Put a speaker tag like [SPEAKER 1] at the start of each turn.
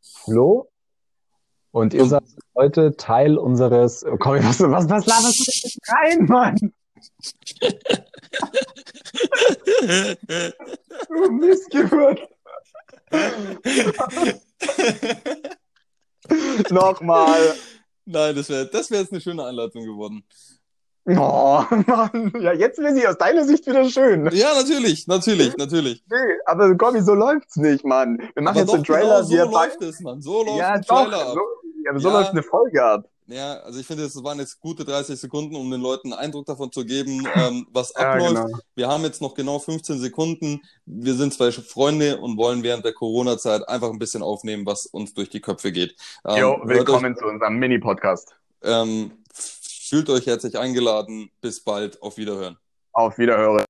[SPEAKER 1] Flo. Und ihr seid heute Teil unseres. Oh, komm, was, was, was laberst du denn jetzt rein, Mann? Du Mistgeburt. Nochmal.
[SPEAKER 2] Nein, das wäre das wär jetzt eine schöne Einleitung geworden.
[SPEAKER 1] Oh, Mann. Ja, jetzt will sie aus deiner Sicht wieder schön.
[SPEAKER 2] Ja, natürlich, natürlich, natürlich.
[SPEAKER 1] Nee, aber Gommi, so läuft's nicht, Mann. Wir machen
[SPEAKER 2] Aber
[SPEAKER 1] jetzt
[SPEAKER 2] doch,
[SPEAKER 1] einen Trailer.
[SPEAKER 2] genau
[SPEAKER 1] wir
[SPEAKER 2] so läuft es, Mann. So läuft
[SPEAKER 1] ja,
[SPEAKER 2] ein
[SPEAKER 1] doch.
[SPEAKER 2] Trailer ab.
[SPEAKER 1] So, ja, aber so
[SPEAKER 2] Ja.
[SPEAKER 1] läuft eine Folge ab.
[SPEAKER 2] Ja, also ich finde, das waren jetzt gute 30 Sekunden, um den Leuten einen Eindruck davon zu geben, ähm, was
[SPEAKER 1] Ja,
[SPEAKER 2] abläuft.
[SPEAKER 1] genau.
[SPEAKER 2] Wir haben jetzt noch genau 15 Sekunden. Wir sind zwei Freunde und wollen während der Corona-Zeit einfach ein bisschen aufnehmen, was uns durch die Köpfe geht. Ähm,
[SPEAKER 1] Jo,
[SPEAKER 2] hört
[SPEAKER 1] willkommen zu unserem Mini-Podcast.
[SPEAKER 2] Euch, ähm, fühlt euch herzlich eingeladen. Bis bald. Auf Wiederhören.
[SPEAKER 1] Auf Wiederhören.